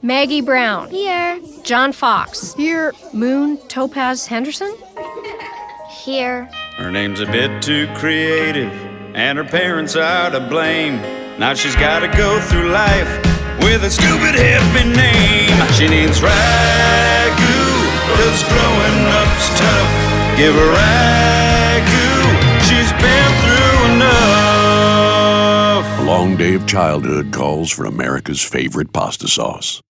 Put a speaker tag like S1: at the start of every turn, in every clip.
S1: Maggie Brown,
S2: Here.
S1: John Fox, here, Moon Topaz Henderson,
S2: Here.
S3: Her name's a bit too creative, and her parents are to blame. Now she's gotta go through life with a stupid hippie name. She needs ragu, 'cause growing up's tough. Give her ragu, she's been through enough.
S4: A long day of childhood calls for America's favorite pasta sauce.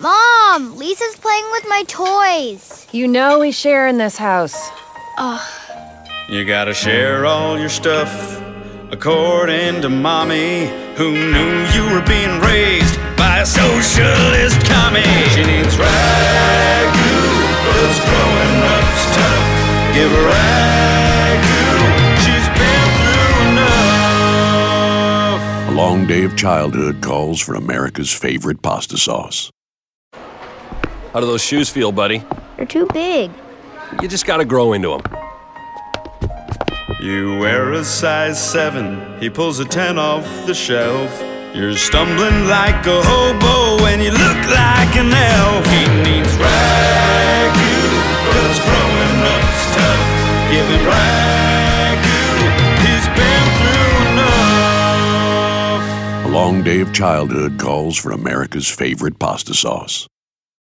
S2: Mom, Lisa's playing with my toys.
S5: You know we share in this house.
S3: You gotta share all your stuff according to mommy, who knew you were being raised by a socialist commie. She needs ragu, 'cause growing up's tough. Give her ragu, she's been through enough.
S4: A long day of childhood calls for America's favorite pasta sauce.
S6: How do those shoes feel, buddy?
S2: They're too big.
S6: You just gotta grow into them.
S3: You wear a size seven, he pulls a ten off the shelf. You're stumbling like a hobo and you look like an elf. He needs ragu, cause growing up's tough. Give him ragu, he's been through enough.
S4: A long day of childhood calls for America's favorite pasta sauce.